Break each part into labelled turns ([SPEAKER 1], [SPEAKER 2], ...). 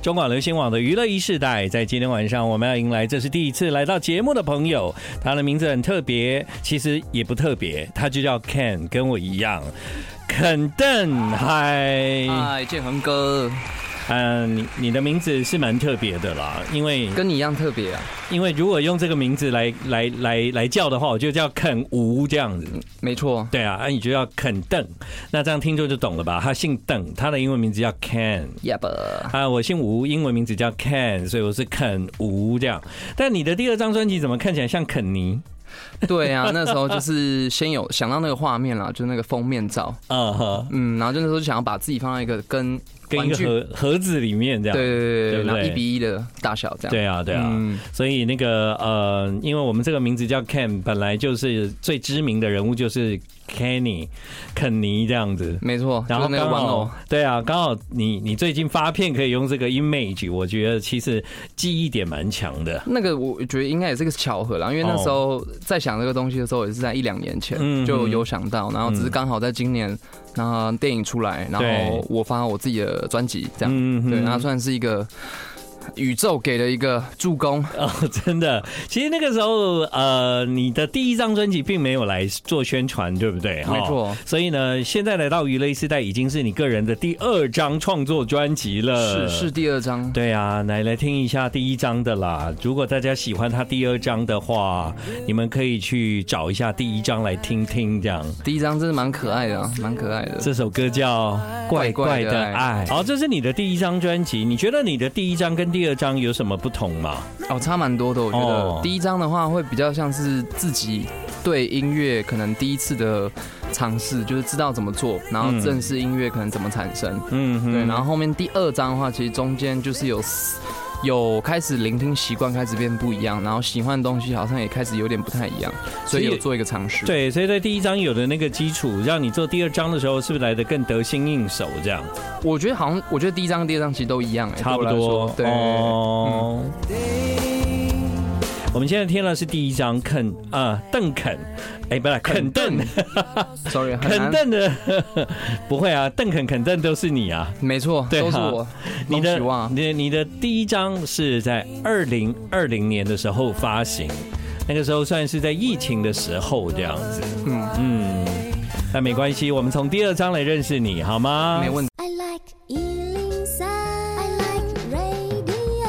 [SPEAKER 1] 中广流行网的娱乐一世代，在今天晚上我们要迎来，这是第一次来到节目的朋友，他的名字很特别，其实也不特别，他就叫 Ken，跟我一样，肯邓，嗨，
[SPEAKER 2] 嗨，建恒哥，
[SPEAKER 1] 嗯，你你的名字是蛮特别的啦，因为
[SPEAKER 2] 跟你一样特别啊，
[SPEAKER 1] 因为如果用这个名字来来来来叫的话，我就叫肯吴这样子，
[SPEAKER 2] 没错，
[SPEAKER 1] 对啊，啊你就叫肯邓，那这样听众就懂了吧？他姓邓，他的英文名字叫 Ken。
[SPEAKER 2] Yep，
[SPEAKER 1] 啊，我姓吴，英文名字叫 Ken，所以我是肯吴这样。但你的第二张专辑怎么看起来像肯尼？
[SPEAKER 2] 对啊，那时候就是先有想到那个画面啦，就是那个封面照，
[SPEAKER 1] 啊哈，
[SPEAKER 2] 嗯，然后就那时候就想要把自己放到一个跟
[SPEAKER 1] 跟
[SPEAKER 2] 玩
[SPEAKER 1] 一个
[SPEAKER 2] 具，
[SPEAKER 1] 盒盒子里面这样。
[SPEAKER 2] 对对
[SPEAKER 1] 对
[SPEAKER 2] 对对，
[SPEAKER 1] 不
[SPEAKER 2] 然后
[SPEAKER 1] 对
[SPEAKER 2] 一比一的大小这样，
[SPEAKER 1] 对啊，对啊，
[SPEAKER 2] 嗯
[SPEAKER 1] 所以那个呃，因为我们这个名字叫 Ken，本来就是最知名的人物就是 Kenny 肯尼这样子。
[SPEAKER 2] 没错，
[SPEAKER 1] 然
[SPEAKER 2] 就
[SPEAKER 1] 后
[SPEAKER 2] 是那
[SPEAKER 1] 刚
[SPEAKER 2] 个玩偶
[SPEAKER 1] 好，对啊，刚好你你最近发片可以用这个 image，我觉得其实记忆点蛮强的。
[SPEAKER 2] 那个我觉得应该也是个巧合啦，因为那时候在想这个东西的时候，也是在一两年
[SPEAKER 1] 嗯
[SPEAKER 2] 前就有想到，然后只是刚好在今年，然后电影出来，然
[SPEAKER 1] 对
[SPEAKER 2] 后我发我自己的专辑这样，
[SPEAKER 1] 嗯哼
[SPEAKER 2] 对，那算是一个宇宙给了一个助攻。
[SPEAKER 1] 哦，真的，其实那个时候，呃，你的第一张专辑并没有来做宣传，对不对？哈
[SPEAKER 2] 没错
[SPEAKER 1] 所以呢，现在来到娱乐时代，已经是你个人的第二张创作专辑了。
[SPEAKER 2] 是是。第二张，
[SPEAKER 1] 对啊，来来听一下第一张的啦。如果大家喜欢他第二张的话，你们可以去找一下第一张来听听。这样，
[SPEAKER 2] 第一张真的蛮可爱的啊，蛮可爱的。
[SPEAKER 1] 这首歌叫《怪怪
[SPEAKER 2] 怪怪
[SPEAKER 1] 的
[SPEAKER 2] 的
[SPEAKER 1] 爱》。好，这是你的第一张专辑，你觉得你的第一张跟第二张有什么不同吗？
[SPEAKER 2] 哦，差蛮多的，我觉
[SPEAKER 1] 哦
[SPEAKER 2] 得第一张的话会比较像是自己对音乐可能第一次的尝试，就是知道怎么做，然后
[SPEAKER 1] 嗯
[SPEAKER 2] 正式音乐可能怎么产生。
[SPEAKER 1] 嗯哼
[SPEAKER 2] 对，然后后面第二章的话，其实中间就是有 s- 有开始聆听习惯开始变不一样，然后喜欢的东西好像也开始有点不太一样，所以
[SPEAKER 1] 所以
[SPEAKER 2] 有做一个尝试。，
[SPEAKER 1] 对，所以在第一章有的那个基础，让你做第二章的时候，是不是来的更得心应手？这样
[SPEAKER 2] 我觉得好像我觉得第一章、第二章其实都一样、哎，
[SPEAKER 1] 差不
[SPEAKER 2] 对我来说
[SPEAKER 1] 多。
[SPEAKER 2] 对，
[SPEAKER 1] 哦我们现在听的是第一章肯啊邓肯，哎，不是肯邓，
[SPEAKER 2] ，sorry，很
[SPEAKER 1] 肯
[SPEAKER 2] 难，
[SPEAKER 1] 邓的 不会啊，邓肯肯邓都是你啊，
[SPEAKER 2] 没错，
[SPEAKER 1] 对啊
[SPEAKER 2] 都是啊我，
[SPEAKER 1] 你的
[SPEAKER 2] 恭喜哇
[SPEAKER 1] 你的你的第一张是在二零二零年的时候发行，那个时候算是在疫情的时候这样子，嗯
[SPEAKER 2] 嗯
[SPEAKER 1] 嗯，那没关系，我们从第二章来认识你好吗？
[SPEAKER 2] 没问题。
[SPEAKER 3] I like Ealing Sound. I like radio.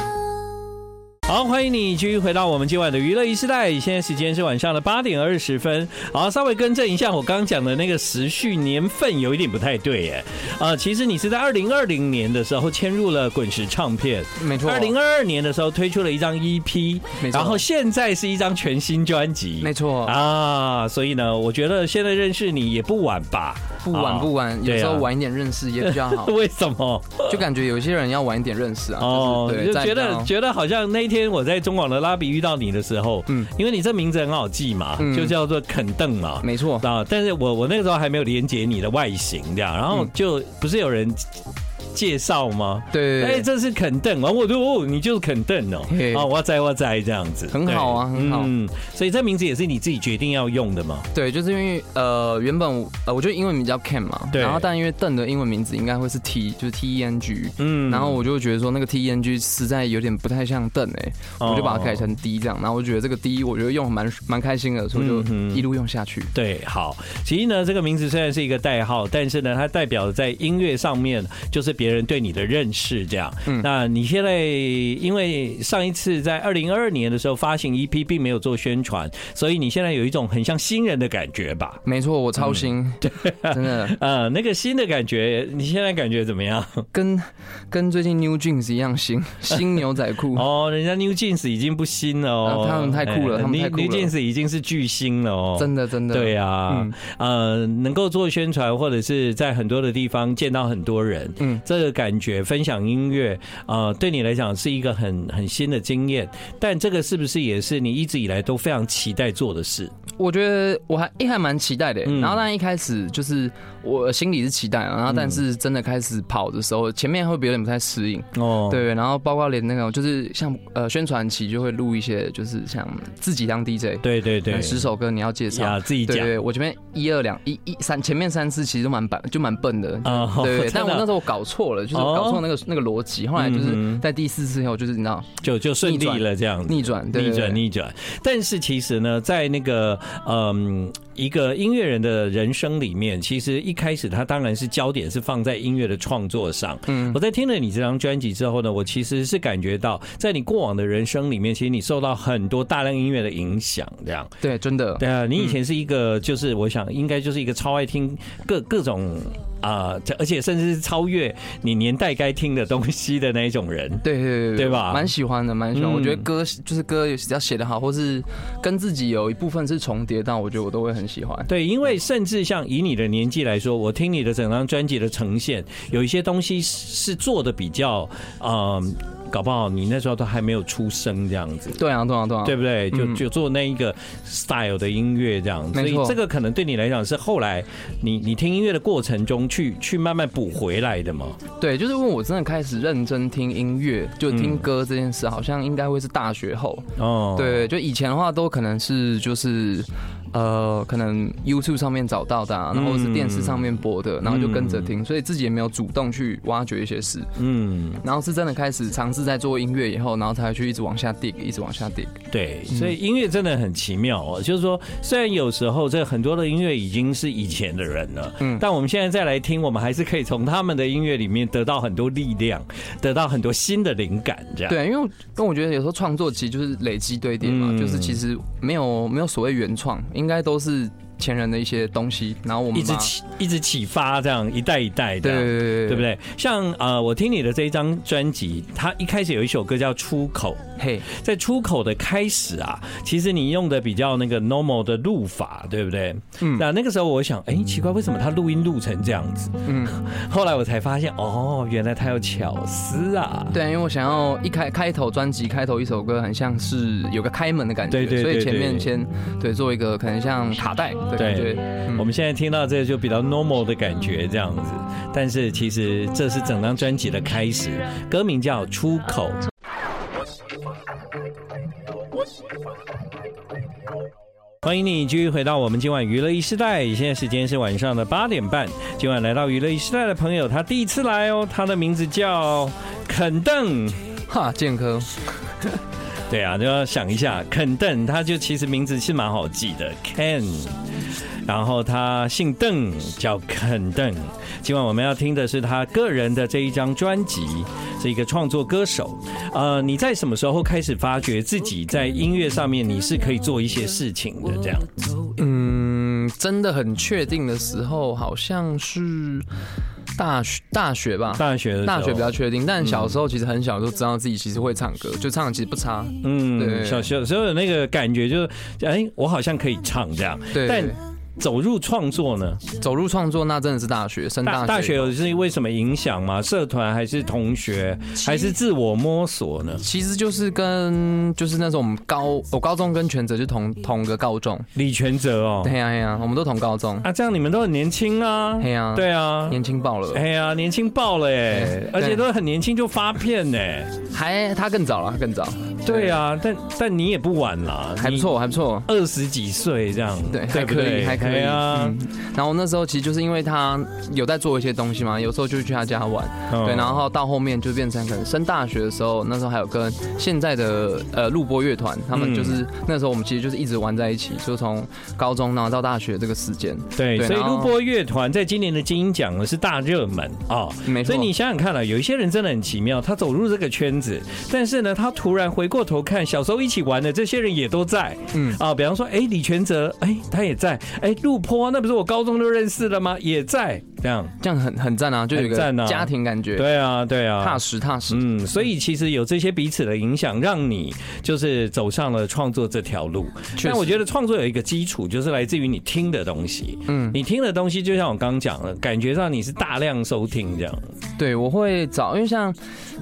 [SPEAKER 1] 好，欢迎你继续回到我们今晚的娱乐一时代。现在时间是晚上的八点二十分。好，稍微更正一下，我刚刚讲的那个时序年份有一点不太对耶。啊、其实你是在二零二零年的时候迁入了滚石唱片，
[SPEAKER 2] 没错
[SPEAKER 1] 二零二二年的时候推出了一张 EP，
[SPEAKER 2] 没错
[SPEAKER 1] 然后现在是一张全新专辑，
[SPEAKER 2] 没错
[SPEAKER 1] 啊。所以呢，我觉得现在认识你也不晚吧？
[SPEAKER 2] 不
[SPEAKER 1] 啊
[SPEAKER 2] 晚不晚，有
[SPEAKER 1] 对啊
[SPEAKER 2] 时候晚一点认识也比较好，
[SPEAKER 1] 为什么？
[SPEAKER 2] 就感觉有些人要晚一点认识啊。
[SPEAKER 1] 哦，
[SPEAKER 2] 是
[SPEAKER 1] 就
[SPEAKER 2] 对，在
[SPEAKER 1] 觉
[SPEAKER 2] 比
[SPEAKER 1] 得
[SPEAKER 2] 较
[SPEAKER 1] 觉得好像那一天我在中广的拉比遇到你的时候，嗯
[SPEAKER 2] 嗯，
[SPEAKER 1] 因为你这名字很好记嘛，
[SPEAKER 2] 嗯
[SPEAKER 1] 就叫做肯邓嘛。
[SPEAKER 2] 没错，
[SPEAKER 1] 啊！但是我我那个时候还没有连接你的外形这样，然后
[SPEAKER 2] 嗯
[SPEAKER 1] 就不是有人介绍吗？
[SPEAKER 2] 对
[SPEAKER 1] 哎，
[SPEAKER 2] 对对，
[SPEAKER 1] 这是肯邓，完我就哦，你就是肯邓哦
[SPEAKER 2] 嘿，
[SPEAKER 1] 啊，我在我在这样子，
[SPEAKER 2] 很好啊
[SPEAKER 1] 对嗯
[SPEAKER 2] 很好，
[SPEAKER 1] 所以这名字也是你自己决定要用的嘛？
[SPEAKER 2] 对，就是因为呃，原本呃，我觉得英文名叫 Ken 嘛，
[SPEAKER 1] 对
[SPEAKER 2] 然后但因为邓的英文名字应该会是 T，就是 T E N G，
[SPEAKER 1] 嗯，
[SPEAKER 2] 然后我就觉得说那个 T E N G 实在有点不太像邓哎、
[SPEAKER 1] 哦
[SPEAKER 2] 我就把它改成 D 这样，然后我就觉得这个 D 我觉得用蛮蛮开心的，所以我就
[SPEAKER 1] 嗯哼
[SPEAKER 2] 一路用下去。
[SPEAKER 1] 对，好，其实呢，这个名字虽然是一个代号，但是呢，它代表在音乐上面就是别人对你的认识，这样。
[SPEAKER 2] 嗯
[SPEAKER 1] 那你现在因为上一次在二零二二年的时候发行 EP，并没有做宣传，所以你现在有一种很像新人的感觉吧？
[SPEAKER 2] 没错，我
[SPEAKER 1] 嗯
[SPEAKER 2] 超新， 真的
[SPEAKER 1] 呃，那个新的感觉，你现在感觉怎么样？
[SPEAKER 2] 跟跟最近 New Jeans 一样新，新牛仔裤。
[SPEAKER 1] 哦，人家 New Jeans 已经不新了哦，
[SPEAKER 2] 啊他们太酷了
[SPEAKER 1] 哎
[SPEAKER 2] 他们太酷
[SPEAKER 1] New
[SPEAKER 2] 了
[SPEAKER 1] New Jeans 已经是巨星了哦，
[SPEAKER 2] 真的嗯真的，
[SPEAKER 1] 对啊，呃，能够做宣传，或者是在很多的地方见到很多人，嗯
[SPEAKER 2] 嗯，
[SPEAKER 1] 这个感觉分享音乐，呃，对你来讲是一个很很新的经验。但这个是不是也是你一直以来都非常期待做的事？
[SPEAKER 2] 我觉得我还一还蛮期待的、
[SPEAKER 1] 嗯
[SPEAKER 2] 然后但一开始就是我心里是期待，啊然后
[SPEAKER 1] 嗯
[SPEAKER 2] 但是真的开始跑的时候，前面会有点不太适应。
[SPEAKER 1] 哦，，
[SPEAKER 2] 对，然后包括连那种就是像呃宣传期就会录一些，就是像自己当 DJ，
[SPEAKER 1] 对对对，
[SPEAKER 2] 十首歌你要介绍。
[SPEAKER 1] 呀，自己
[SPEAKER 2] 对
[SPEAKER 1] 讲
[SPEAKER 2] 对，我前面一二两一一三，前面三次其实都蛮笨，就蛮笨的。
[SPEAKER 1] 啊，
[SPEAKER 2] 对，
[SPEAKER 1] 真
[SPEAKER 2] 但我
[SPEAKER 1] 的
[SPEAKER 2] 那时候搞错了，就是
[SPEAKER 1] 哦
[SPEAKER 2] 搞错那个那个逻辑。后来就
[SPEAKER 1] 嗯
[SPEAKER 2] 是
[SPEAKER 1] 哼
[SPEAKER 2] 在第四次以后，就是你知道
[SPEAKER 1] 就就顺利了这样子。
[SPEAKER 2] 逆转，对
[SPEAKER 1] 逆转，
[SPEAKER 2] 对
[SPEAKER 1] 逆转。但是其实呢，在那个嗯，一个音乐人的人生里面，其实一开始他当然是焦点是放在音乐的创作上。
[SPEAKER 2] 嗯
[SPEAKER 1] 我在听了你这张专辑之后呢，我其实是感觉到，在你过往的人生里面，其实你受到很多大量音乐的影响，这样。
[SPEAKER 2] 对，真的
[SPEAKER 1] 对啊，你以
[SPEAKER 2] 嗯
[SPEAKER 1] 前是一个，就是我想应该就是一个超爱听各各种啊、这而且甚至是超越你年代该听的东西的那一种人。
[SPEAKER 2] 对对对
[SPEAKER 1] 对吧
[SPEAKER 2] 蛮喜欢的，蛮喜
[SPEAKER 1] 嗯
[SPEAKER 2] 欢。我觉得歌就是歌，只要写得好，或是跟自己有一部分是重叠，但我觉得我都会很喜欢。
[SPEAKER 1] 对，因为甚至像以你的年纪来说，我听你的整张专辑的呈现，有一些东西是是做的比较，嗯、搞不好你那时候都还没有出生这样子。
[SPEAKER 2] 对啊，对啊，对啊，
[SPEAKER 1] 对不对？就
[SPEAKER 2] 嗯
[SPEAKER 1] 就做那一个 style 的音乐这样，所
[SPEAKER 2] 没
[SPEAKER 1] 以
[SPEAKER 2] 错
[SPEAKER 1] 这个可能对你来讲是后来你你听音乐的过程中去去慢慢补回来的嘛。
[SPEAKER 2] 对，就是因为我真的开始认真听音乐，就
[SPEAKER 1] 嗯
[SPEAKER 2] 听歌这件事，好像应该会是大学后。
[SPEAKER 1] 哦，
[SPEAKER 2] 对，就以前的话都可能是就是。呃，可能 YouTube 上面找到的、啊，然后是电视上面播
[SPEAKER 1] 嗯
[SPEAKER 2] 的，然后就跟着听，所以自己也没有主动去挖掘一些事，
[SPEAKER 1] 嗯，
[SPEAKER 2] 然后是真的开始尝试在做音乐以后，然后才会去一直往下 dig，一直往下 dig。
[SPEAKER 1] 对，
[SPEAKER 2] 嗯
[SPEAKER 1] 所以音乐真的很奇妙哦。就是说，虽然有时候这很多的音乐已经是以前的人了，嗯
[SPEAKER 2] 嗯，
[SPEAKER 1] 但我们现在再来听，我们还是可以从他们的音乐里面得到很多力量，得到很多新的灵感，这样。
[SPEAKER 2] 对，因为跟我觉得有时候创作其实就是累积堆叠嘛，
[SPEAKER 1] 嗯
[SPEAKER 2] 就是其实没有没有所谓原创，应该都是前人的一些东西，然后我们
[SPEAKER 1] 一直
[SPEAKER 2] 把
[SPEAKER 1] 启一直启发，这样一代一代的，
[SPEAKER 2] 对对对
[SPEAKER 1] 对不？对？像呃，我听你的这一张专辑，它一开始有一首歌叫《出口》，
[SPEAKER 2] 嘿，
[SPEAKER 1] 在出口的开始啊，其实你用的比较那个 normal 的录法，对不对？
[SPEAKER 2] 嗯
[SPEAKER 1] 那那个时候我想，哎、奇怪，为什么他录音录成这样子？
[SPEAKER 2] 嗯，
[SPEAKER 1] 后来我才发现，哦，原来他有巧思啊。
[SPEAKER 2] 对，因为我想要一开开头专辑开头一首歌很像是有个开门的感觉，
[SPEAKER 1] 对对
[SPEAKER 2] 所
[SPEAKER 1] 对
[SPEAKER 2] 以前面
[SPEAKER 1] 对
[SPEAKER 2] 先对做一个可能像卡带的感
[SPEAKER 1] 对
[SPEAKER 2] 觉，嗯
[SPEAKER 1] 我们现在听到这个就比较 normal 的感觉这样子，但是其实这是整张专辑的开始，歌名叫《出口》。欢迎你继续回到我们今晚娱乐一时代，现在时间是晚上的八点半。今晚来到娱乐一时代的朋友，他第一次来哦，他的名字叫肯邓。
[SPEAKER 2] 哈健科，
[SPEAKER 1] 对啊，就要想一下，肯邓，他就其实名字是蛮好记的，Ken。然后他姓邓，叫肯邓。今晚我们要听的是他个人的这一张专辑，是一个创作歌手。呃，你在什么时候开始发觉自己在音乐上面你是可以做一些事情的？这样，
[SPEAKER 2] 嗯，真的很确定的时候，好像是大学大学吧，
[SPEAKER 1] 大学的时候
[SPEAKER 2] 大学比较确定，但小时候其实很小就知道自己其实会唱歌，就唱的其实不差。
[SPEAKER 1] 嗯，
[SPEAKER 2] 对
[SPEAKER 1] 小小时候有那个感觉就是，哎，我好像可以唱这样。
[SPEAKER 2] 对，
[SPEAKER 1] 但走入创作呢，
[SPEAKER 2] 走入创作那真的是嗯大学，升
[SPEAKER 1] 大
[SPEAKER 2] 大
[SPEAKER 1] 大学有是为什么影响吗？社团还是同学，还是自我摸索呢？
[SPEAKER 2] 其实就是跟就是那时候我们高我高中跟全泽就同同个高中，
[SPEAKER 1] 李全哲哦，
[SPEAKER 2] 嘿呀嘿呀，我们都同高中，
[SPEAKER 1] 啊，这样你们都很年轻啊，
[SPEAKER 2] 嘿呀，
[SPEAKER 1] 对，啊。
[SPEAKER 2] 年轻爆了，
[SPEAKER 1] 哎呀，年轻爆了哎
[SPEAKER 2] 对，
[SPEAKER 1] 而且都很年轻就发片呢。
[SPEAKER 2] 还他更早了，他更早，
[SPEAKER 1] 对啊，但但你也不晚啦，
[SPEAKER 2] 还不错，还不错。
[SPEAKER 1] 你，二十几岁这样，
[SPEAKER 2] 对，还
[SPEAKER 1] 对不
[SPEAKER 2] 可以，
[SPEAKER 1] 对
[SPEAKER 2] 还可以
[SPEAKER 1] 哎呀
[SPEAKER 2] 嗯，然后那时候其实就是因为他有在做一些东西嘛，有时候就去他家玩，
[SPEAKER 1] 嗯
[SPEAKER 2] 对，然后到后面就变成可能升大学的时候，那时候还有跟现在的呃录播乐团，他
[SPEAKER 1] 嗯
[SPEAKER 2] 们就是、那时候我们其实就是一直玩在一起，就从高中然后到大学这个时间，
[SPEAKER 1] 对，
[SPEAKER 2] 对
[SPEAKER 1] 所以
[SPEAKER 2] 然后
[SPEAKER 1] 录播乐团在今年的金鹰奖呢是大热门啊、哦
[SPEAKER 2] 没错
[SPEAKER 1] 所以你想想看啊，有一些人真的很奇妙，他走入这个圈子，但是呢，他突然回过头看，小时候一起玩的这些人也都在，嗯
[SPEAKER 2] 嗯
[SPEAKER 1] 啊，比方说，哎，李全哲，哎，他也在，哎，陆坡，那不是我高中就认识了吗？也在，这样，
[SPEAKER 2] 这样很很赞啊，就有一
[SPEAKER 1] 很赞啊
[SPEAKER 2] 个家庭感觉，
[SPEAKER 1] 对啊，对啊，
[SPEAKER 2] 踏实踏实。
[SPEAKER 1] 嗯，所以其实有这些彼此的影响，让你就是走上了创作这条路。
[SPEAKER 2] 确实
[SPEAKER 1] 但我觉得创作有一个基础，就是来自于你听的东西。嗯
[SPEAKER 2] 嗯，
[SPEAKER 1] 你听的东西，就像我刚讲了，感觉上你是大量收听这样。
[SPEAKER 2] 对，我会找，因为像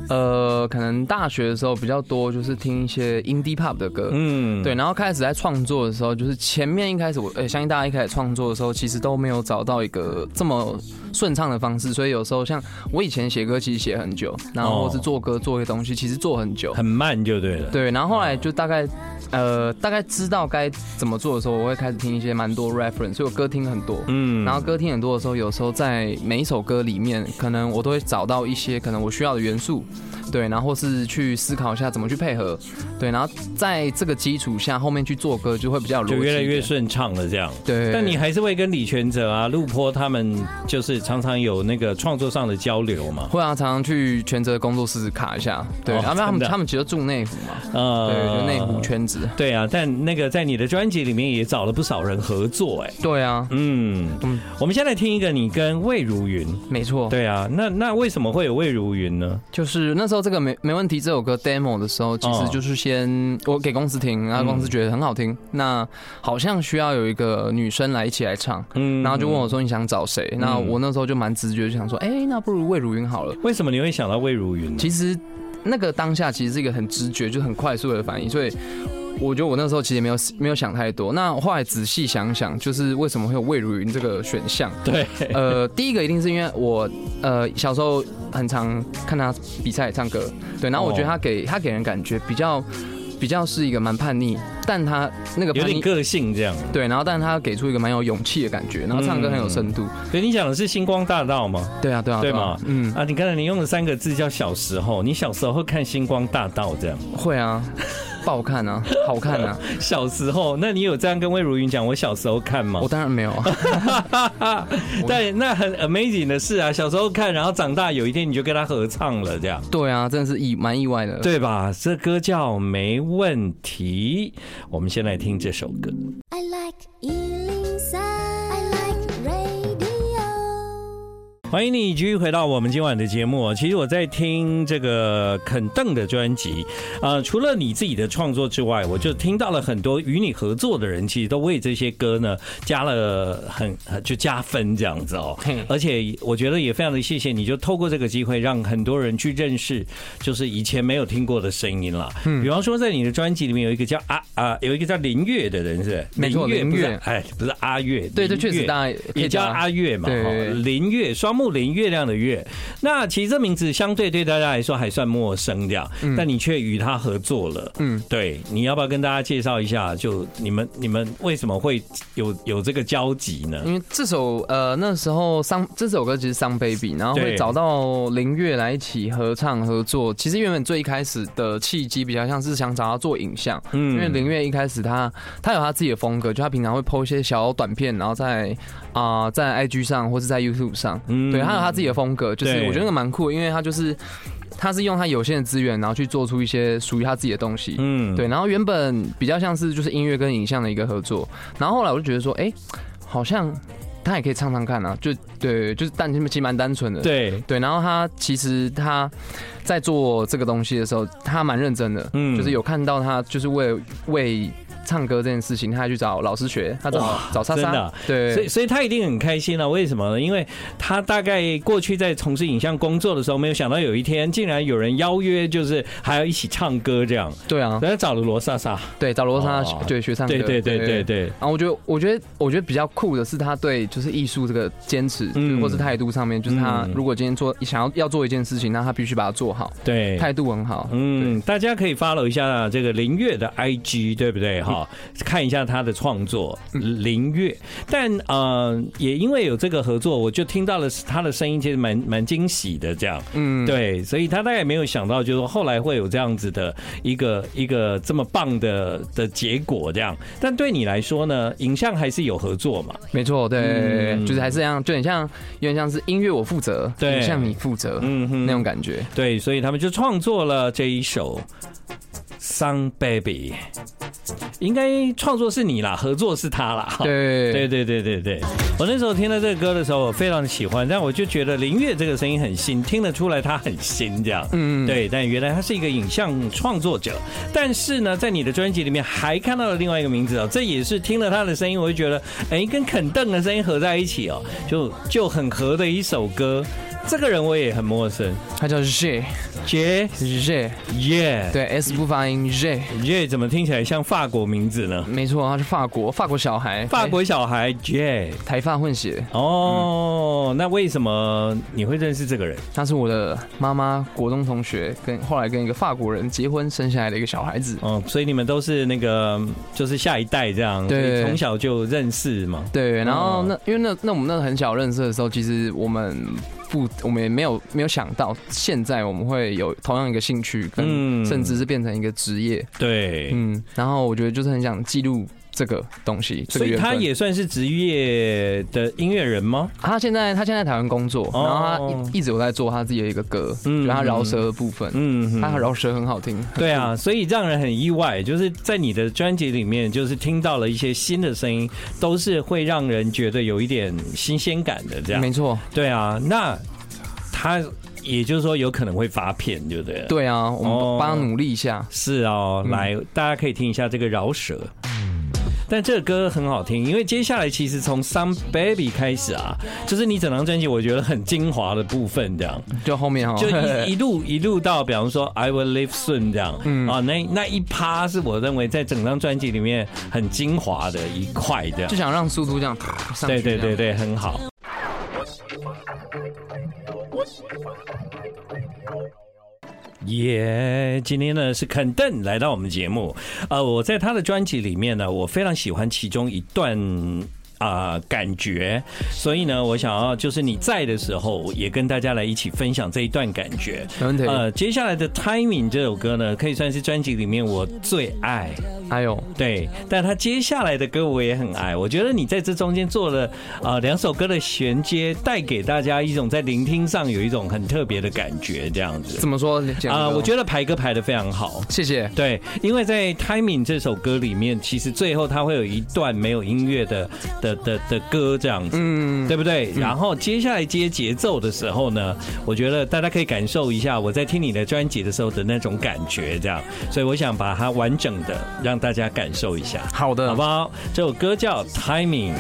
[SPEAKER 2] 呃，可能大学的时候比较多，就是听一些 indie pop 的歌。
[SPEAKER 1] 嗯，
[SPEAKER 2] 对，，然后开始在创作的时候，就是前面一开始我，呃、相信大家一开始创作的时候，其实都没有找到一个这么顺畅的方式，所以有时候像我以前写歌，其实写很久，然后或是做歌做一些东西，其实做很久。
[SPEAKER 1] 很慢就对了。
[SPEAKER 2] 对，然后后来就大概，呃，大概知道该怎么做的时候，我会开始听一些蛮多 reference，所以我歌听很多。
[SPEAKER 1] 嗯
[SPEAKER 2] 然后歌听很多的时候，有时候在每一首歌里面，可能我都会找到一些可能我需要的元素，对，然后是去思考一下怎么去配合，对，然后在这个基础下，后面去做歌就会比较有逻
[SPEAKER 1] 就
[SPEAKER 2] 辑一
[SPEAKER 1] 越
[SPEAKER 2] 点，
[SPEAKER 1] 来越顺畅了这样。
[SPEAKER 2] 对。
[SPEAKER 1] 但你还是会跟李全哲啊、陆坡他们，就是常常有那个创作上的交流嘛。
[SPEAKER 2] 会啊，常常去全职工作室卡一下，对，
[SPEAKER 1] 哦
[SPEAKER 2] 然后他
[SPEAKER 1] 真
[SPEAKER 2] 们
[SPEAKER 1] 的啊
[SPEAKER 2] 他们其实住内湖嘛，
[SPEAKER 1] 呃
[SPEAKER 2] 对，就内湖。圈子，
[SPEAKER 1] 对啊，但那个在你的专辑里面也找了不少人合作、哎。
[SPEAKER 2] 对啊，
[SPEAKER 1] 嗯
[SPEAKER 2] 嗯，哦
[SPEAKER 1] 我们先来听一个你跟魏如云。
[SPEAKER 2] 没错，
[SPEAKER 1] 对啊，那那为什么会有魏如云呢？
[SPEAKER 2] 就是那时候这个没没问题这首歌 demo 的时候，其实就是先我给公司听，然后公司觉得很好听，那好像需要有一个女生来一起来唱，
[SPEAKER 1] 嗯
[SPEAKER 2] 然后就问我说你想找谁？那我那时候就蛮直觉，就想说，哎、那不如魏如云好了。
[SPEAKER 1] 为什么你会想到魏如云呢？
[SPEAKER 2] 其实那个当下其实是一个很直觉，就很快速的反应，所以。我觉得我那时候其实没有没有想太多，那后来仔细想想，就是为什么会有魏如云这个选项？
[SPEAKER 1] 对，
[SPEAKER 2] 呃，第一个一定是因为我呃小时候很常看他比赛唱歌，对，然后我觉得他
[SPEAKER 1] 哦
[SPEAKER 2] 给、他给人感觉比较比较是一个蛮叛逆，但他那个
[SPEAKER 1] 有
[SPEAKER 2] 叛
[SPEAKER 1] 点
[SPEAKER 2] 逆
[SPEAKER 1] 个性这样。
[SPEAKER 2] 对，然后但他给出一个蛮有勇气的感觉，然后唱歌很有深度，
[SPEAKER 1] 所以你讲的是星光大道吗？
[SPEAKER 2] 对啊，对啊，
[SPEAKER 1] 对
[SPEAKER 2] 啊
[SPEAKER 1] 嘛
[SPEAKER 2] 嗯，
[SPEAKER 1] 啊，你刚才你用了三个字叫小时候，你小时候会看星光大道这样？
[SPEAKER 2] 会啊，爆看啊，好看啊，
[SPEAKER 1] 小时候，那你有这样跟魏如云讲我小时候看吗 啊
[SPEAKER 2] 我？当然没有啊，
[SPEAKER 1] 对，那很 amazing 的事啊，小时候看，然后长大有一天你就跟他合唱了这样。
[SPEAKER 2] 对啊，真的是意蛮意外的，
[SPEAKER 1] 对吧？这歌叫《没问题》，我们先来听这首歌。
[SPEAKER 3] I like Ealing Sound. I like radio.
[SPEAKER 1] 欢迎你继续回到我们今晚的节目哦。其实我在听这个肯邓的专辑，呃，除了你自己的创作之外，我就听到了很多与你合作的人，其实都为这些歌呢加了很很就加分这样子哦
[SPEAKER 2] 嘿。
[SPEAKER 1] 而且我觉得也非常的谢谢你，就透过这个机会让很多人去认识，就是以前没有听过的声音啦。
[SPEAKER 2] 嗯
[SPEAKER 1] 比方说在你的专辑里面有一个叫啊啊，有一个叫林月的人是不是
[SPEAKER 2] 没错
[SPEAKER 1] 不是
[SPEAKER 2] 林月
[SPEAKER 1] 哎，不是阿月，
[SPEAKER 2] 对，这
[SPEAKER 1] 林
[SPEAKER 2] 确实
[SPEAKER 1] 月
[SPEAKER 2] 大家可
[SPEAKER 1] 也
[SPEAKER 2] 以
[SPEAKER 1] 叫
[SPEAKER 2] 叫啊
[SPEAKER 1] 阿月嘛，
[SPEAKER 2] 对
[SPEAKER 1] 哈
[SPEAKER 2] 对对
[SPEAKER 1] 林月，双木林，月亮的月。那其实这名字相对对大家来说还算陌生这样，但你却与他合作了。嗯
[SPEAKER 2] 嗯，
[SPEAKER 1] 对，你要不要跟大家介绍一下？就你们你们为什么会有有这个交集呢？
[SPEAKER 2] 因为这首呃那时候伤这首歌其实伤 baby，然后
[SPEAKER 1] 对
[SPEAKER 2] 会找到林月来一起合唱合作。其实原本最一开始的契机比较像是想找他做影像，
[SPEAKER 1] 嗯
[SPEAKER 2] 因为林月一开始他他有他自己的风格，就他平常会 PO 一些小短片，然后在啊、在 IG 上或是在 YouTube 上，
[SPEAKER 1] 嗯
[SPEAKER 2] 对，他有他自己的风格，就是
[SPEAKER 1] 对
[SPEAKER 2] 我觉得那个蛮酷的，因为他就是他是用他有限的资源，然后去做出一些属于他自己的东西，
[SPEAKER 1] 嗯
[SPEAKER 2] 对，然后原本比较像是就是音乐跟影像的一个合作，然后后来我就觉得说，哎、好像他也可以唱唱看啊，就对，就是但其实蛮单纯的，
[SPEAKER 1] 对，
[SPEAKER 2] 对。然后他其实他在做这个东西的时候，他蛮认真的，
[SPEAKER 1] 嗯
[SPEAKER 2] 就是有看到他就是为为唱歌这件事情，他还去找老师学，他找找莎
[SPEAKER 1] 真的
[SPEAKER 2] 莎
[SPEAKER 1] 啊，所以
[SPEAKER 2] 对，
[SPEAKER 1] 所以他一定很开心了、啊为什么呢？因为他大概过去在从事影像工作的时候，没有想到有一天竟然有人邀约，就是还要一起唱歌这样。
[SPEAKER 2] 对啊，
[SPEAKER 1] 然后找了罗莎莎，
[SPEAKER 2] 对，找罗莎
[SPEAKER 1] 哦
[SPEAKER 2] 对学唱歌，
[SPEAKER 1] 对对对对对。
[SPEAKER 2] 然后我觉得，我觉得，我觉得比较酷的是他对就是艺术这个坚持，
[SPEAKER 1] 嗯
[SPEAKER 2] 或是态度上面，就是他
[SPEAKER 1] 嗯
[SPEAKER 2] 如果今天做想要要做一件事情，那他必须把它做好，
[SPEAKER 1] 对，
[SPEAKER 2] 态度很好。
[SPEAKER 1] 嗯，大家可以 follow 一下这个林月的 IG，对不对？哈、看一下他的创作林月。但呃，也因为有这个合作，我就听到了他的声音，其实蛮蛮惊喜的。这样，
[SPEAKER 2] 嗯，
[SPEAKER 1] 对，所以他大概没有想到，就是说后来会有这样子的一个一个这么棒的的结果。这样，但对你来说呢，影像还是有合作嘛？
[SPEAKER 2] 没错，对，
[SPEAKER 1] 嗯
[SPEAKER 2] 就是还是一样，就很像，有点像是音乐我负责，
[SPEAKER 1] 对
[SPEAKER 2] 影像你负责、
[SPEAKER 1] 嗯哼
[SPEAKER 2] 那种感觉。
[SPEAKER 1] 对，所以他们就创作了这一首《Sun Baby》。应该创作是你啦，合作是他啦。哈
[SPEAKER 2] 对
[SPEAKER 1] 对对对对对，我那时候听到这个歌的时候，我非常喜欢，但我就觉得林月这个声音很新，听得出来他很新这样。嗯，对，但原来他是一个影像创作者，但是呢，在你的专辑里面还看到了另外一个名字哦，这也是听了他的声音，我就觉得，哎，跟肯邓的声音合在一起哦，就就很合的一首歌。这个人我也很陌生
[SPEAKER 2] 他叫 J
[SPEAKER 1] ，J
[SPEAKER 2] J，
[SPEAKER 1] 耶
[SPEAKER 2] 对 S 不发音 J，
[SPEAKER 1] 耶，怎么听起来像法国名字呢？
[SPEAKER 2] 没错，他是法国法国小孩，哎
[SPEAKER 1] 法国小孩 J。
[SPEAKER 2] 台台发混血，嗯
[SPEAKER 1] 哦，那为什么你会认识这个人？
[SPEAKER 2] 他是我的妈妈国中同学，跟后来跟一个法国人结婚生下来的一个小孩子。
[SPEAKER 1] 哦，所以你们都是那个，就是下一代这样，
[SPEAKER 2] 对
[SPEAKER 1] 所以从小就认识嘛。
[SPEAKER 2] 对，然后
[SPEAKER 1] 哦
[SPEAKER 2] 那因为那那我们那很小认识的时候，其实我们不，我们也没有没有想到，现在我们会有同样一个兴趣，
[SPEAKER 1] 嗯哎
[SPEAKER 2] 跟甚至是变成一个职业。
[SPEAKER 1] 对，
[SPEAKER 2] 嗯，然后我觉得就是很想记录这个东西，
[SPEAKER 1] 所
[SPEAKER 2] 这个
[SPEAKER 1] 以
[SPEAKER 2] 缘分
[SPEAKER 1] 他也算是职业的音乐人吗？
[SPEAKER 2] 啊他现在他现在在台湾工作，
[SPEAKER 1] 哦
[SPEAKER 2] 然后他一一直有在做他自己的一个歌，
[SPEAKER 1] 嗯
[SPEAKER 2] 嗯，就他饶舌的部分，啊
[SPEAKER 1] 嗯哼，
[SPEAKER 2] 他饶舌很好听，
[SPEAKER 1] 对啊，所以让人很意外，就是在你的专辑里面，就是听到了一些新的声音，都是会让人觉得有一点新鲜感的这样。
[SPEAKER 2] 没错，
[SPEAKER 1] 对啊，那他也就是说有可能会发片，对不对？。
[SPEAKER 2] 对啊，我
[SPEAKER 1] 哦
[SPEAKER 2] 们帮他努力一下，
[SPEAKER 1] 是哦，
[SPEAKER 2] 嗯
[SPEAKER 1] 来，大家可以听一下这个饶舌。但这个歌很好听，因为接下来其实从《Some Baby》开始啊，就是你整张专辑我觉得很精华的部分，这样
[SPEAKER 2] 就后面哦哈，
[SPEAKER 1] 就 一一路一路到，比方说《I Will Live Soon》这样，嗯
[SPEAKER 2] 嗯
[SPEAKER 1] 啊，那那一趴是我认为在整张专辑里面很精华的一块，这样
[SPEAKER 2] 就。想让速度这样上
[SPEAKER 1] 对
[SPEAKER 2] 去，
[SPEAKER 1] 对
[SPEAKER 2] 这
[SPEAKER 1] 对
[SPEAKER 2] 样，
[SPEAKER 1] 对，很好。耶今天呢是肯邓来到我们节目，呃，我在他的专辑里面呢，我非常喜欢其中一段啊、感觉，所以呢，我想要就是你在的时候，也跟大家来一起分享这一段感觉。
[SPEAKER 2] 没问题，
[SPEAKER 1] 呃，接下来的《Timing》这首歌呢，可以算是专辑里面我最爱。
[SPEAKER 2] 还有。
[SPEAKER 1] 对，但他接下来的歌我也很爱，我觉得你在这中间做了啊两、首歌的衔接，带给大家一种在聆听上有一种很特别的感觉，这样子
[SPEAKER 2] 怎么说？
[SPEAKER 1] 啊、我觉
[SPEAKER 2] 得
[SPEAKER 1] 得排歌排的非常好。
[SPEAKER 2] 谢谢。
[SPEAKER 1] 对，因为在《Timing》这首歌里面，其实最后它会有一段没有音乐的的的的歌这样子，
[SPEAKER 2] 嗯，
[SPEAKER 1] 对不对？然后接下来接节奏的时候呢，我觉得大家可以感受一下我在听你的专辑的时候的那种感觉，这样。所以我想把它完整的让大家感受一下。
[SPEAKER 2] 好的，
[SPEAKER 1] 好不好？这首歌叫《Timing》，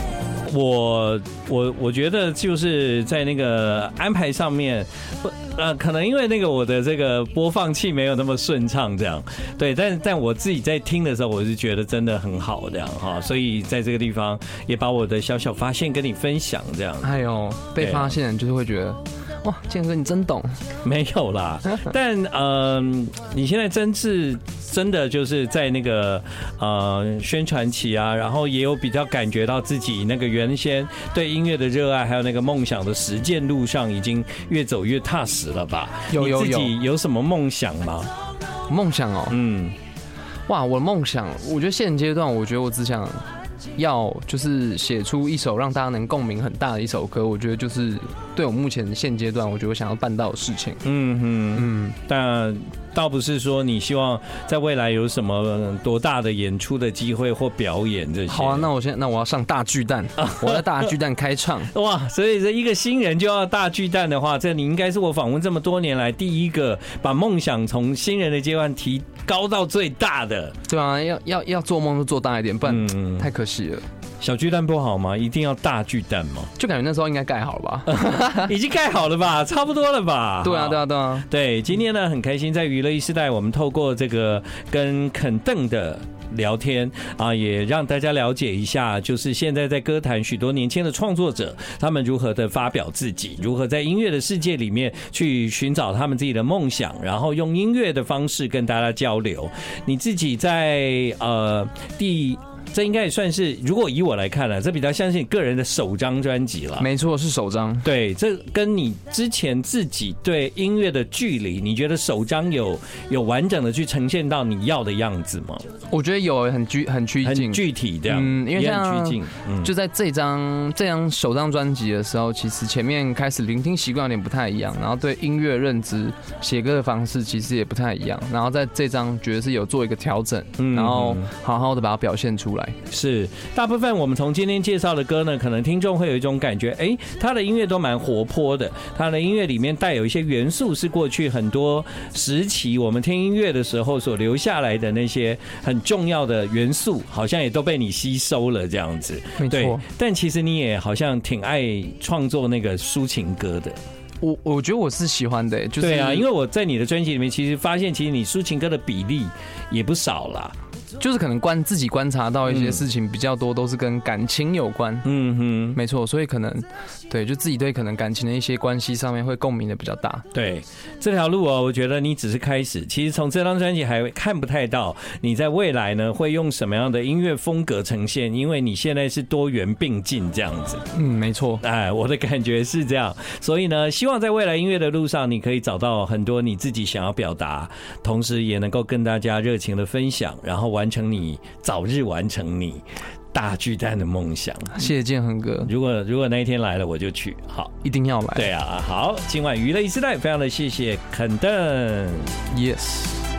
[SPEAKER 1] 我我我觉得就是在那个安排上面，不呃，可能因为那个我的这个播放器没有那么顺畅，这样对，但但我自己在听的时候，我是觉得真的很好，这样哈，所以在这个地方也把我的小小发现跟你分享，这样
[SPEAKER 2] 哎呦，
[SPEAKER 1] 对
[SPEAKER 2] 被发现就是会觉得，哇，建哥你真懂，
[SPEAKER 1] 没有 啦，但嗯、你现在真是真的就是在那个呃宣传期啊，然后也有比较感觉到自己那个原先对音乐的热爱，还有那个梦想的实践路上，已经越走越踏实了吧？
[SPEAKER 2] 有有
[SPEAKER 1] 你自己
[SPEAKER 2] 有
[SPEAKER 1] 有什么梦想吗？
[SPEAKER 2] 梦想哦，
[SPEAKER 1] 嗯，
[SPEAKER 2] 哇，我的梦想，我觉得现阶段，我觉得我只想要就是写出一首让大家能共鸣很大的一首歌，我觉得就是对我目前现阶段，我觉得我想要办到的事情。
[SPEAKER 1] 嗯哼，
[SPEAKER 2] 嗯，
[SPEAKER 1] 但倒不是说你希望在未来有什么呃多大的演出的机会或表演这些。
[SPEAKER 2] 好啊，那我现在那我要上大巨蛋，我要在大巨蛋 开唱。
[SPEAKER 1] 哇，所以这一个新人就要大巨蛋的话，这你应该是我访问这么多年来第一个把梦想从新人的阶段提高到最大的。
[SPEAKER 2] 对啊，要要要做梦就做大一点，不然
[SPEAKER 1] 嗯，
[SPEAKER 2] 太可惜了。
[SPEAKER 1] 小巨蛋不好吗？一定要大巨蛋吗？
[SPEAKER 2] 就感觉那时候应该盖好了 吧？
[SPEAKER 1] 已经盖好了吧，差不多了吧？
[SPEAKER 2] 对啊，对啊，对啊。
[SPEAKER 1] 对，今天呢很开心，在娱乐一时代，我们透过这个跟肯邓的。聊天啊，也让大家了解一下，就是现在在歌坛许多年轻的创作者，他们如何的发表自己，如何在音乐的世界里面去寻找他们自己的梦想，然后用音乐的方式跟大家交流。你自己在呃第这应该也算是，如果以我来看呢、这比较像是你个人的首张专辑了。
[SPEAKER 2] 没错，是首张。
[SPEAKER 1] 对，这跟你之前自己对音乐的距离，你觉得首张有有完整的去呈现到你要的样子吗？
[SPEAKER 2] 我觉得有很拘很拘
[SPEAKER 1] 很
[SPEAKER 2] 谨，
[SPEAKER 1] 具体这样，
[SPEAKER 2] 嗯因为
[SPEAKER 1] 也很
[SPEAKER 2] 像
[SPEAKER 1] 拘谨，嗯，
[SPEAKER 2] 就在这张这张首张专辑的时候，其实前面开始聆听习惯有点不太一样，然后对音乐认知、写歌的方式其实也不太一样，然后在这张觉得是有做一个调整，
[SPEAKER 1] 嗯
[SPEAKER 2] 然后好好的把它表现出来。
[SPEAKER 1] 是大部分我们从今天介绍的歌呢，可能听众会有一种感觉，哎，他的音乐都蛮活泼的，他的音乐里面带有一些元素是过去很多时期我们听音乐的时候所留下来的那些很重要的元素，好像也都被你吸收了这样子。
[SPEAKER 2] 没
[SPEAKER 1] 对
[SPEAKER 2] 错，，
[SPEAKER 1] 但其实你也好像挺爱创作那个抒情歌的。
[SPEAKER 2] 我我觉得我是喜欢的、欸就是
[SPEAKER 1] 对啊，因为我在你的专辑里面，其实发现其实你抒情歌的比例也不少啦。
[SPEAKER 2] 就是可能观自己观察到一些
[SPEAKER 1] 嗯
[SPEAKER 2] 事情比较多，都是跟感情有关。
[SPEAKER 1] 嗯哼。
[SPEAKER 2] 没错，所以可能对，就自己对可能感情的一些关系上面会共鸣的比较大。
[SPEAKER 1] 对这条路哦，我觉得你只是开始。其实从这张专辑还看不太到你在未来呢会用什么样的音乐风格呈现，因为你现在是多元并进这样子。
[SPEAKER 2] 嗯，没错，
[SPEAKER 1] 哎，我的感觉是这样，所以呢，希望在未来音乐的路上，你可以找到很多你自己想要表达，同时也能够跟大家热情的分享，然后完成你早日完成你大巨蛋的梦想。
[SPEAKER 2] 谢谢建恒哥，
[SPEAKER 1] 如果如果那一天来了，我就去。好，
[SPEAKER 2] 一定要来。
[SPEAKER 1] 对啊，好，今晚娱乐一时代，非常的谢谢肯顿。
[SPEAKER 2] ，Yes。